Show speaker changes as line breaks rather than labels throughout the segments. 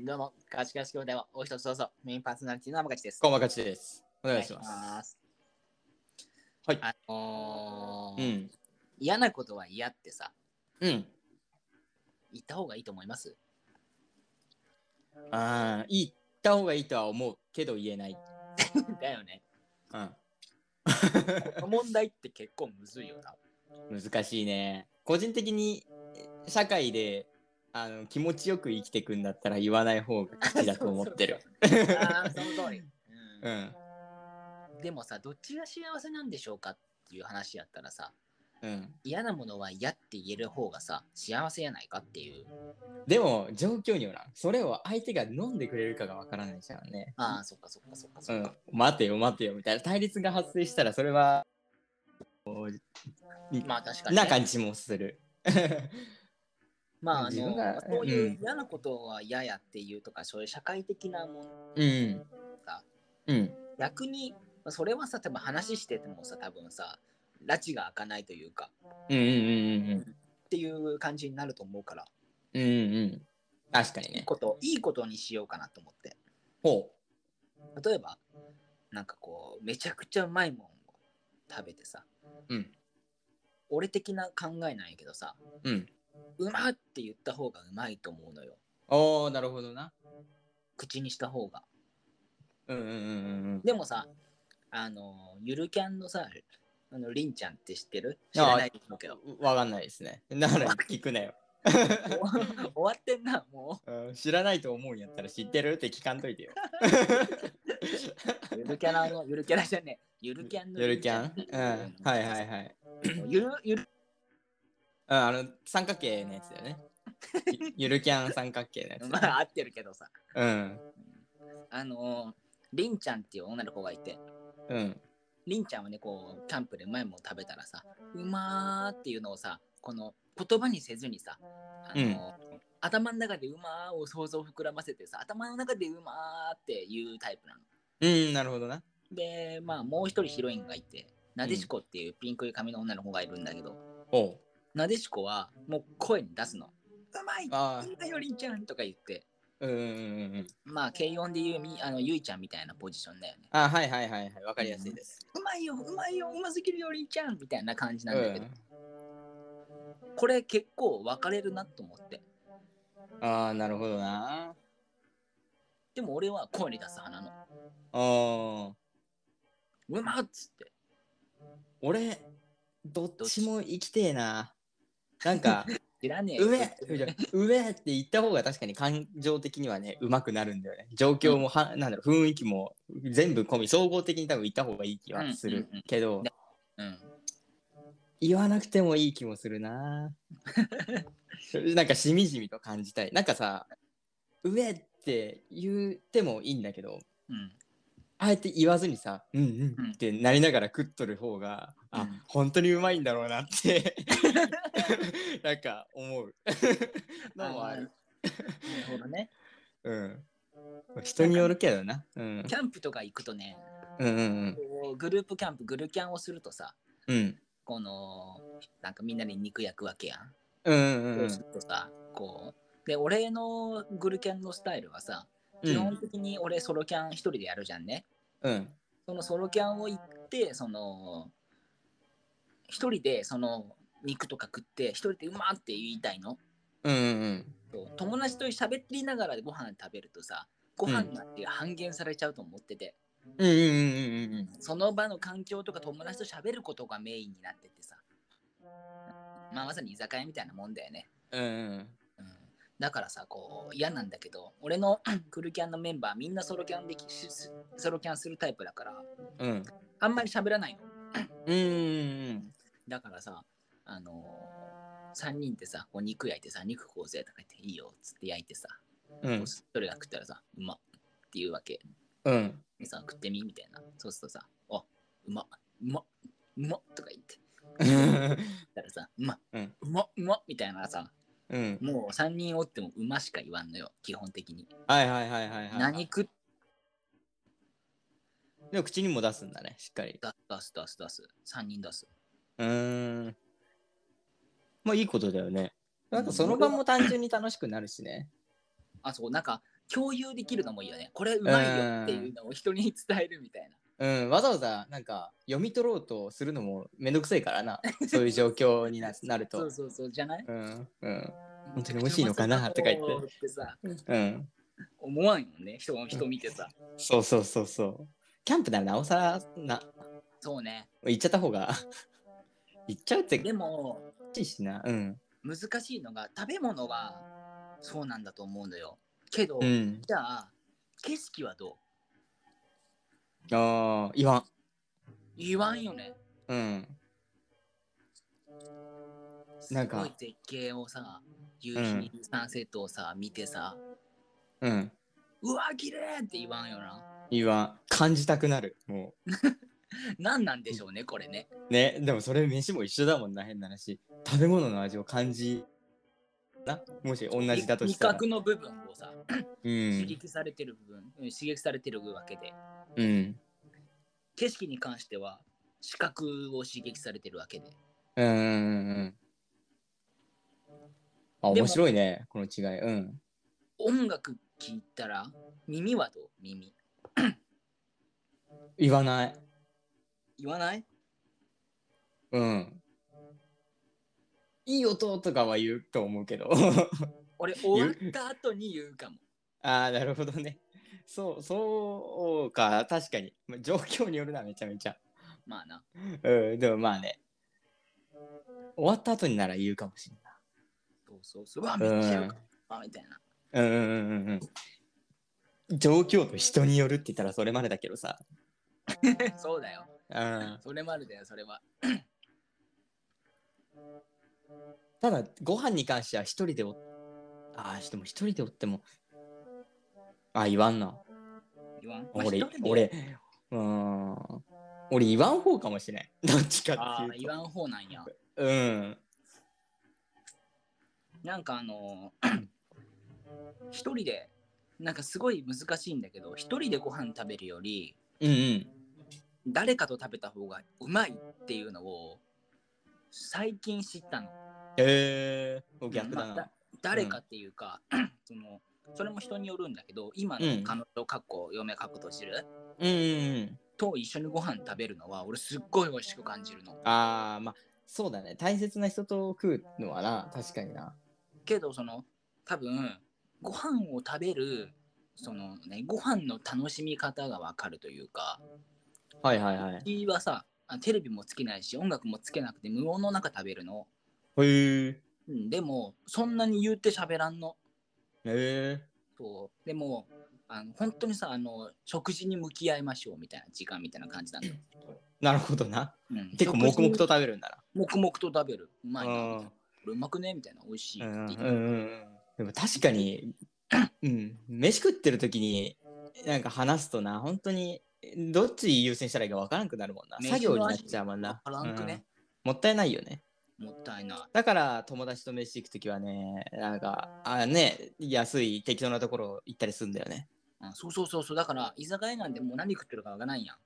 どうも、ガチガチ兄弟はお一つどうぞ、メインパーソナリティの天口です。
こんばんかちです。お願いします。
ます。
はい
あの
う
ー
ん。
嫌なことは嫌ってさ、
うん。
言った方がいいと思います。
ああ、言った方がいいとは思うけど言えない。
だよね。
うん。
この問題って結構むずいよな。
難しいね。個人的にえ社会であの気持ちよく生きてくんだったら言わない方が勝ちだと思ってる。
あ あ、その通り。
う。
うんん、でもさ、どっちが幸せなんでしょうかっていう話やったらさ、
うん。
嫌なものは嫌って言える方がさ、幸せやないかっていう。
でも状況によらん。それを相手が飲んでくれるかがわからないじゃんね。
ああ、そっかそっかそっか
う
そっ
ん
か。。
待てよ待てよみたいな対立が発生したらそれはうん
まあ確かに、ね。
な感じもする。
まあ、あ
自分が
の、そういううん嫌なことは嫌やっていうとか、そういう社会的なもの
うん。
さ、
うん。
逆に、まあそれはさ、多分話しててもさ、多分さ、拉致が開かないというか、
うんうんうんうん
っていう感じになると思うから、
うんうんうん確かに
いい
ね
こと、いいことにしようかなと思って。
ほ
例えば、なんかこう、めちゃくちゃうまいもんを食べてさ、
ううん
俺的な考えなんやけどさ、
うん
うまって言った方がうまいと思うのよ。
おーなるほどな
口にした方が。
うんうんうんうん
でもさ、あの、ゆるキャンのさ、あの、りんちゃんって知ってる知
ああ
らないと思うけ ど。
うんわかんないですねなら聞くなよ
終わってんな、も
うん知らないと思うんやったら知ってるって聞かんといてよ
う。ゆるキャラの、ゆるキャラじゃねえ。ゆるキャンの
ゆるキャン
りんち
う
ゃ
んはいはいはい
ゆる、ゆる、
うんあの三角形のやつだよね ゆゆるキャン三角形のやつ
まあ合ってるけどさ。
うん
あの、りんちゃんっていう女の子がいて、
うん
りんちゃんはね、こう、キャンプで前もん食べたらさ、うまーっていうのをさ、この言葉にせずにさ、あの、頭の中でうまーを想像膨らませてさ、頭の中でうまーっていうタイプなの。
うんなるほどな
で、まあ、もう一人ヒロインがいて、なでしこっていうピンクい髪の女の子がいるんだけど、
おう
なでしこはもう声に出すの。うまい
あ
いいんだよ、りんちゃんとか言って、
ーうんうんうんうん
まあ、軽音で言うみあのゆいちゃんみたいなポジションだよね。
あはいはいはいはいわかりやすいです
うまいよ、うまいよ、うますぎるよ、りんちゃんみたいな感じ
う
なんだけど、
ん
これ結構分かれるなと思って。
ああなるほどな
でも俺は声に出す派なの。
ああ
うまっつって。
俺どっちも生きてえなな んか
知らねえよ
上上って言った方が確かに感情的にはねうまくなるんだよね状況もは、なんだろう雰囲気も全部込み総合的に多分言った方がいい気はす
うん
る
うんうん
けど、
ねうん。
言わなくてもいい気もする ななんかしみじみと感じたいなんかさ上って言ってもいいんだけど
うん。
あえて言わずにさ、うんうんってなりながら食っとる方が、
う
あ
ん、
本当にうまいんだろうなって、なんか思う。のもある。
なるほど ね。
うん。人によるけどな。うん
キ。ャンプとか行くとね、
うんうん
こうグループキャンプ、グルキャンをするとさ、
うん。うん
このなんかみんなで肉焼くわけやん。
うんうんう
そうす
ん
るとさこうで俺のグルキャンのスタイルはさ
う
基
ん
本的に俺ソロキャン一人でやるじゃんね。
うん
そのソロキャンを行ってその一人でその肉とか食って一人でうまって言いたいの。
うんうん
そう友達と喋りながらご飯食べるとさご飯の味が半減されちゃうと思ってて、
うんうんうんうん
その場の環境とか友達と喋ることがメインになっててさまあまさに居酒屋みたいなもんだよね。
うんうん
うんだからさこう嫌なんだけど俺の クルキャンのメンバーみんなソロキャンできししソロキャンするタイプだから
うんうん
あんまり喋らないの
うん
だからさあのー、3人ってさこう肉焼いてさ肉こうぜとか言っていいよっつって焼いてさ、
うん
それが食ったらさうまっっていうわけ
うん
でさ食ってみみたいなそうするとさあうまっうまっうまっとか言ってだからさうまっ、
うん
うまっうまっみたいなさ
うん
もう3人おってもうましか言わんのよ基本的に、
はいはいはいはいはい
何食っ
でも口にも出すんだねしっかり
出す出す出す出す3人出す
うーん。まあいいことだよね。なんかその場も単純に楽しくなるしね。
あそうなんか共有できるのもいいよね。これうまいよっていうのを人に伝えるみたいな。
うん、わざわざなんか読み取ろうとするのもめんどくさいからな、そういう状況にななる
そ
と
う。そうそうじゃない
うん、うん、本当に美味しいのかなとか言って
めちゃくちゃうまそうだってさ、
うん。
思わんよね。人を人見てさ。
そうそうそうそう。キャンプならなおさらな、
そうね。
行っちゃった方が 行っちゃうって
でも、
いいしな。うん。
難しいのが食べ物はそうなんだと思うのよけど、
うん。
じゃあ景色はどう
ああ、言わん。
言わんよね
うん。なんか
すごい絶景をさ夕日サンセットをさ、見てさ
うん。
うわ綺麗って言わんよな
言わん。感じたくなる。も
何なんでしょうねこれね
う。ね。でもそれ飯も一緒だもんな、変な話。食べ物の味を感じ。なもし同じだとしたら。
味覚の部分をさ
う
刺
ん。
激されてる部分、うん刺激されてるわけで
うん。
景色に関しては視覚を刺激されてるわけで
うんうんうんうん。あ、
でも
面白いね、この違い。うん。
音楽聴いたら耳はどう耳
言わない。
言わない
うん。いい音とかは言うと思うけど。
俺終わった後に言うかも
ああ、なるほどね。そう、そうか、確かに。まあ状況によるな、めちゃめちゃ。
まあな
うん、でもまあね。終わった後になら言うかもしれない。
そうそうそううわめっちゃよかったみたいな
うんうんうんうんうん。状況と人によるって言ったらそれまでだけどさ。
そうだよ
うん。
それまでだよそれは
ただ、ご飯に関しては一人でおああ、でも一人でおっても。ああ、言わんな。
言わん、まあ
俺
一人、で
俺、うーん。俺言わん方かもしれん。 どっちか
あ
っ
あ
ていう
言
と。
わん方なんや
うん。
なんかあの ー一人でなんかすごい難しいんだけど一人でご飯食べるより
うんうん。
誰かと食べた方がうまいっていうのを最近知ったの
へえー、逆だ
まあ
な。
誰かっていうか、 そのそれも人によるんだけど今
う
の
ん
彼女かっこ嫁かっこ閉じる、
うんうんうん。
と一緒にご飯食べるのは俺すっごい美味しく感じるの
ああ、まあ、そうだね。大切な人と食うのはな、確かにな。
けどその多分ご飯を食べるそのねご飯の楽しみ方がわかるというか
はいはいはい。
私
へ
はさあテレビもつけないし音楽もつけなくて無音の中食べるの、
え。へ
うん、でもそんなに言って喋らんの
え。
そうでもあの本当にさあの食事に向き合いましょうみたいな時間みたいな感じなんだよ、
なるほどな。
うん、
結構黙々と
食事に
食べるんだな。
黙々と食べるうまいなみたい
あ
なこれうまくねみたいな美味しい
ーう
って
ん
言
うん
って
うんうん。でも確かに、うん、飯食ってる時に、なんか話すとな、本当に、どっち優先したらいいか分からなくなるもんな。
飯の
作業になっちゃうもんな。
味わからんくね
うんもったいないよね。
もったいない
だから友達と飯行く時はね、なんか、あね、安い適当なところ行ったりするんだよね。
あそうそうそうそうだから居酒屋なんてもう何食ってるかわからないやん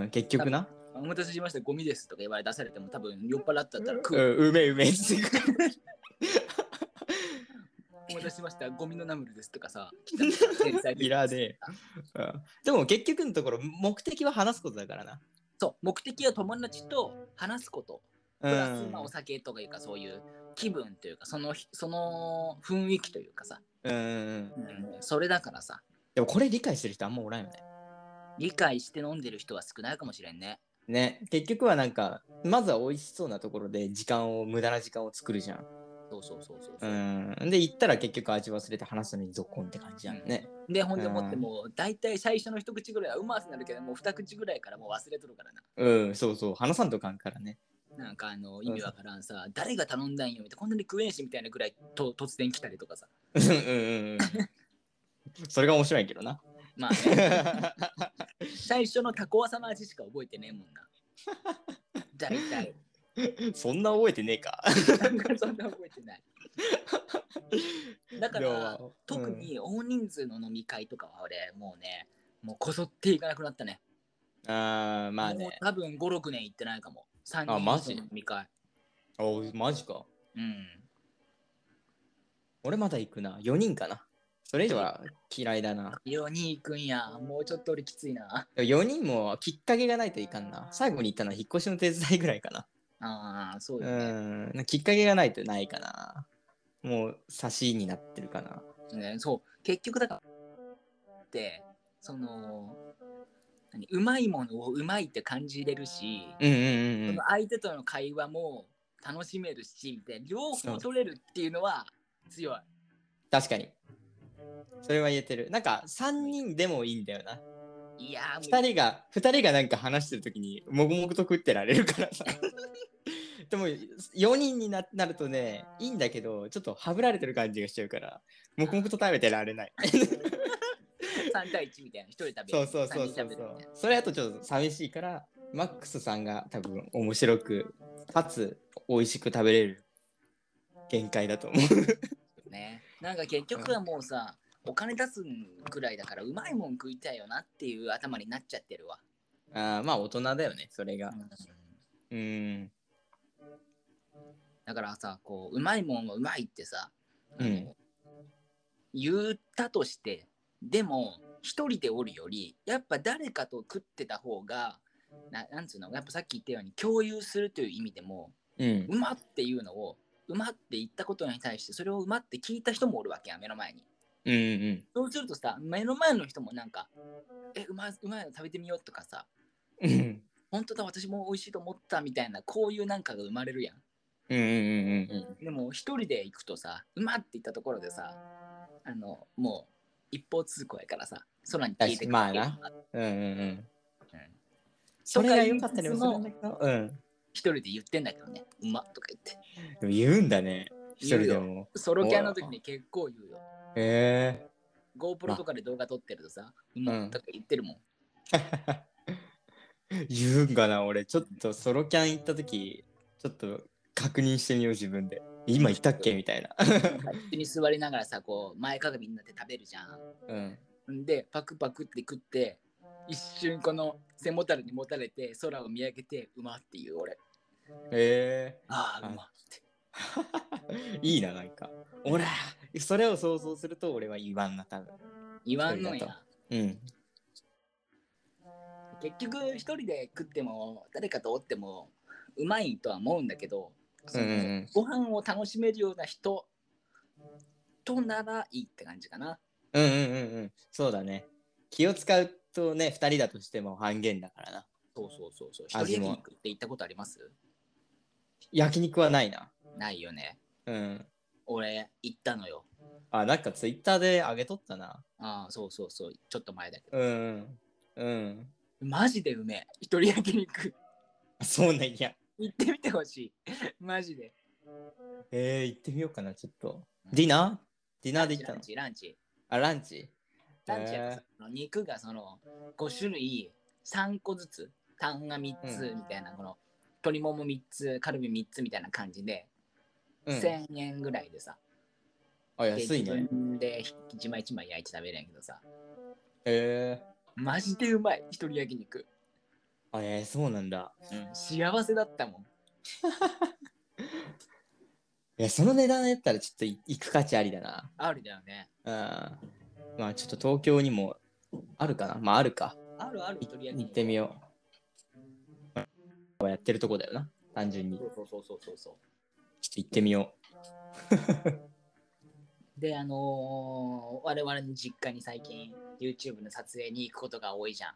うん、結局な。
あお待たせしましたゴミですとか言われ出されても多分酔っ払ったったら食
う
う、
ん、うめうめえって
お待たせしましたゴミのナムルですとか さ来たら 天才的
いらねえ、うんでも結局のところ目的は話すことだからな。
そう目的は友達と話すことプ
う
ラスまあ
ん
お酒とかいうかそういう気分というかその日その雰囲気というかさ、
うん。
うんそれだからさ
でもこれ理解してる人あんまおらんよね。
理解して飲んでる人は少ないかもしれんね
ね、結局はなんか、まずは美味しそうなところで時間を、無駄な時間を作るじゃん。
そうそうそうそうそうう、
ん。で、行ったら結局味忘れて話すのに続婚って感じやんね。
でほんでもってもう大体最初の一口ぐらいはうまくなるけどもう二口ぐらいからもう忘れとるからな
うん、そうそう。話さんとかんからね。
なんかあの意味わからんさ、誰が頼んだんよみたいな、こんなに食えんしみたいなぐらいと突然来たりとかさ。
うんうんうんうん。それが面白いけどな。
まあ、ね、 最初のタコワサの味しか覚えてねえもんな。大体。
そんな覚えてねえか。
そんな覚えてない。だか
でも
ら、特に大人数の飲み会とかは俺、もうね、もうこぞっていかなくなったね。
あーまあ
もう
ね。
多分5、6年行ってないかも。3
あマ
人
ジ
の飲み会。
おマジか。
うん。
俺まだ行くな。4人かな。それ以上は嫌いだな。
4人行くんや。もうちょっと俺きついな。
でも4人もきっかけがないといかんな。最後に行ったのは引っ越しの手伝いぐらいかな。
ああ、そう
う
よね。
ん。きっかけがないとないかな。もう差しになってるかな。
ね、そう結局だからってその何うまいものをうまいって感じれるし、
うんうんう
そ
ん
の相手との会話も楽しめるしで両
そ
方
う
取れるっていうのは強い
確かに。それは言えてる。なんか3人でもいいんだよな。
いやー
2人が、二人がなんか話してるときに、もぐもぐと食ってられる からさ。でも4人にななるとね、いいんだけど、ちょっとはぶられてる感じがしちゃうから、もぐもぐと食べてられない。
3対1みたいな1人食べる
そうそうそ
三
う
人食べ
そうそ
る
う
みたいな。
それだとちょっと寂しいから、マックスさんが多分面白く、かつ美味しく食べれる限界だと思う。
ねなんか結局はもうさお金出すくらいだからうまいもん食いたいよなっていう頭になっちゃってるわ、
あーまあ大人だよね、それが
う。ん
うん。
だからさこううまいもんはうまいってさ、
うん
あの言ったとしてでも一人でおるよりやっぱ誰かと食ってた方がななんつうのやっぱさっき言ったように共有するという意味でも
うん。
うまっていうのをうまって言ったことに対してそれをうまって聞いた人もおるわけや目の前に
うんうん
そうするとさ目の前の人もなんかえうまいうまいの食べてみようとかさ
うん。
本当だ私も美味しいと思ったみたいなこういうなんかが生まれるやん
うんうんうんうんうん。
でも一人で行くとさ「うま」って言ったところでさあのもう一方通行やからさ空に消えてく
まあなうんうんうん。
うん
それが良かったりもするんだ
と
けど、うん。
一人で言ってんだけどね「うま」とか言って
でも言うんだね。一人で
言
も。
ソロキャンの時に結構言うよ
へ
GoPro とかで動画撮ってるとさ「う
う
ま」
ん
とか言ってるもん
え 言うんかな、俺。ちょっとソロキャン行った時、ちょっと確認してみよう、自分で。今いたっけみたいな。
一緒に座りながらさこう前かがみになって食べるじゃん
うん。
んでパクパクって食って一瞬この背もたれにもたれて空を見上げて「うま」って言う俺
へえ
ああうまって
いいな、なんか。俺それを想像すると俺は言わんな、多分。
言わんの
そう
や
だうん。
結局一人で食っても誰かとおってもうまいとは思うんだけど、その
うんうんうん
ご飯を楽しめるような人とならいいって感じかな。
うんうんうんうん。そうだね。気を使うとね、二人だとしても半減だからな。
そうそうそうそう。一
味
人
も
焼肉って行ったことあります
焼肉はないな。
ないよね。
うん。
俺行ったのよ。
あ、なんかツイッターで上げとったな。
ああそうそうそう。ちょっと前だけど。
うん。うん。
マジでうめえ。一人焼肉
そうなんや。
行ってみてほしい。 マジで。
えー、行ってみようかな、ちょっと。ディナーディナーで行った
ラ
の
ンチランチ。
あ、ランチ
ランチやから
えー
さその肉がその5種類3個ずつタンが3つみたいな、この鶏もも3つカルビ3つみたいな感じで、
うん。
1000円ぐらいでさ
あ、
で
安い
自
ね。
分で一枚一枚焼いて食べるんやけどさ
え
マジでうまい一人焼肉、
ー、あ、えー、そうなんだ。
幸せだったもん
いや、その値段やったらちょっとい行く価値ありだな。
あるだよね
うん。まあ、ちょっと東京にもあるかな。まあ、あるか。
あるある
い
一人焼肉
行ってみよう。やってるとこだよな。単純に。ちょっ
うそうそうそうそうそう
と行ってみよ
であのー我々の実家に最近 YouTube の撮影に行くことが多いじゃん、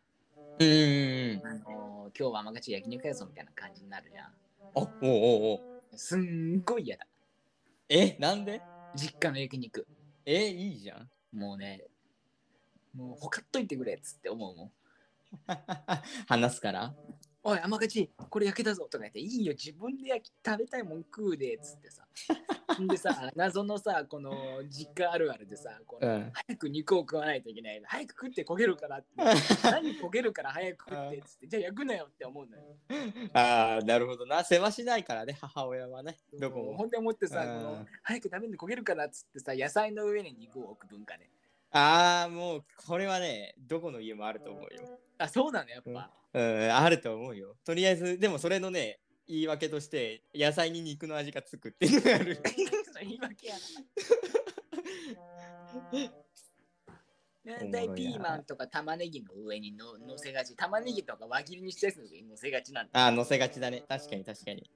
う。うんうん
あのー今日は甘口焼肉やぞみたいな感じになるじゃん
うん。あ、おうおうおう。
すんごい嫌だ。
え、なんで
実家の焼肉。
え、いいじゃん。
もうね、もうほかっといてくれっつって思うもん。
話すから。
おい、甘口、これ焼けたぞとか言って、いいよ、自分で焼き食べたいもん食うでっつってさ。んでさ、謎のさ、この実家あるあるでさ、この
うん。
早く肉を食わないといけない。早く食って焦げるからって。何焦げるから早く食ってっつって、じゃあ焼くなよって思うのよ。
ああ、なるほどな。世話しないからね、母親はね。どこ
ほ
も。
んでもってさ、
う
こ
ん
の早く食べんで焦げるからっつってさ、野菜の上に肉を置く文化ね。
ああ、もう、これはね、どこの家もあると思うよ。
あ、そうなの、やっぱ。
うんうん、あると思うよ。とりあえず、でもそれのね、言い訳として、野菜に肉の味がつくっていうのがある。
言い訳やな。大体
おもろい
ピ
な
ーマンとか玉ねぎの上にののせがち玉ねぎとか輪切りにしたやつの上にのせがちなんだ
ああ、乗せがちだね。確かに確かに。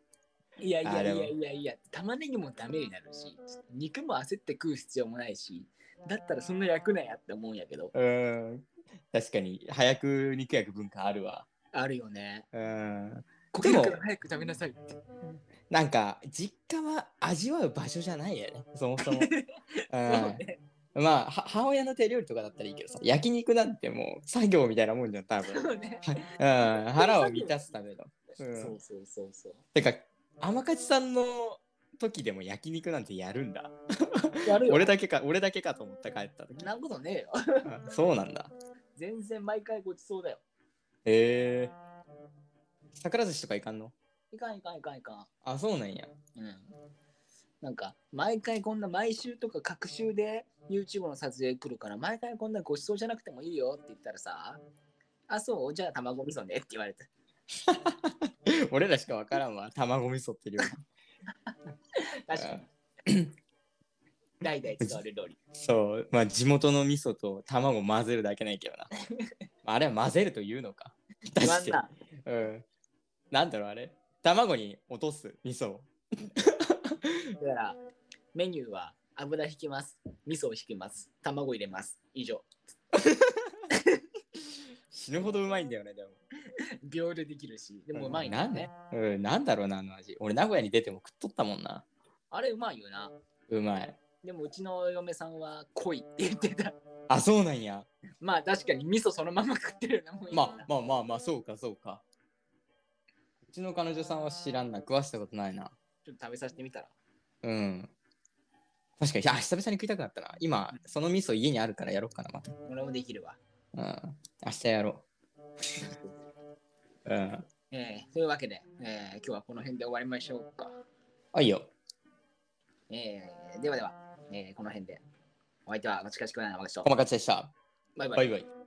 いやいや
あ
い
で
や
も
いやいや玉ねぎもダメになるし肉も焦って食う必要もないしだったらそんな焼くなやって思うんやけど
うーん。確かに、早く肉焼く文化あるわ。
あるよね
うーん。
こけるから早く食べなさいって
なんか、実家は味わう場所じゃないよね。そも そも。
そう
う
ね
ん。まあ、は母親の手料理とかだったらいいけどさ、焼肉なんてもう作業みたいなもんじゃん、多分。
そうね
はうん、腹を満たすための。うん
そうそうそうそう
てか、甘勝さんの時でも焼肉なんてやるんだ。
やるよ
俺だけか、俺だけかと思った帰った時。
なんことねえよ
うんそうなんだ。
全然毎回ごちそうだよ
へえ桜寿司とか行かんの
いかんいかんいかんいかん
あ、そうなんや。
うんなんか毎回こんな毎週とか隔週で YouTube の撮影来るから毎回こんなごちそうじゃなくてもいいよって言ったらさあそうじゃあ卵味噌ねって言われて
俺らしかわからんわ。卵味噌って料理。
確かに 代々使われる料 理
そう、まあ地元の味噌と卵混ぜるだけないけどな。あれは混ぜるというのか。出
言わ
し
ん
て。
な
うん。なんだろうあれ卵に落とす味噌を。
だからメニューは油引きます味噌を引きます卵入れます以上
死ぬほどうまいんだよね、でも。
秒でできるしでもうまいんだ
な
よ
んで
ね
うん、なんだろうな、あの味。俺、名古屋に出ても食っとったもんな。
あれうまいよな
うまい。
でもうちの嫁さんは濃いって言ってた
あ、そうなんや。
まあ確かに味噌そのまま食ってるようなもんや
ま
な
あまあまあまあ、そうか、そうか。うちの彼女さんは知らんな。食わしたことないな。
ちょっと食べさせてみたら
うん。確かに、あ、久々に食いたくなったな。今、その味噌家にあるからやろうかな、また。
俺もできるわ
うん。明日やろう。 うん。
えー、というわけで、えー今日はこの辺で終わりましょうか。
あ、いいよ。
えーではでは、えーこの辺で。お相手は、近しくないな、私と
細。かちでした。
バイバイ
バイ。バイ。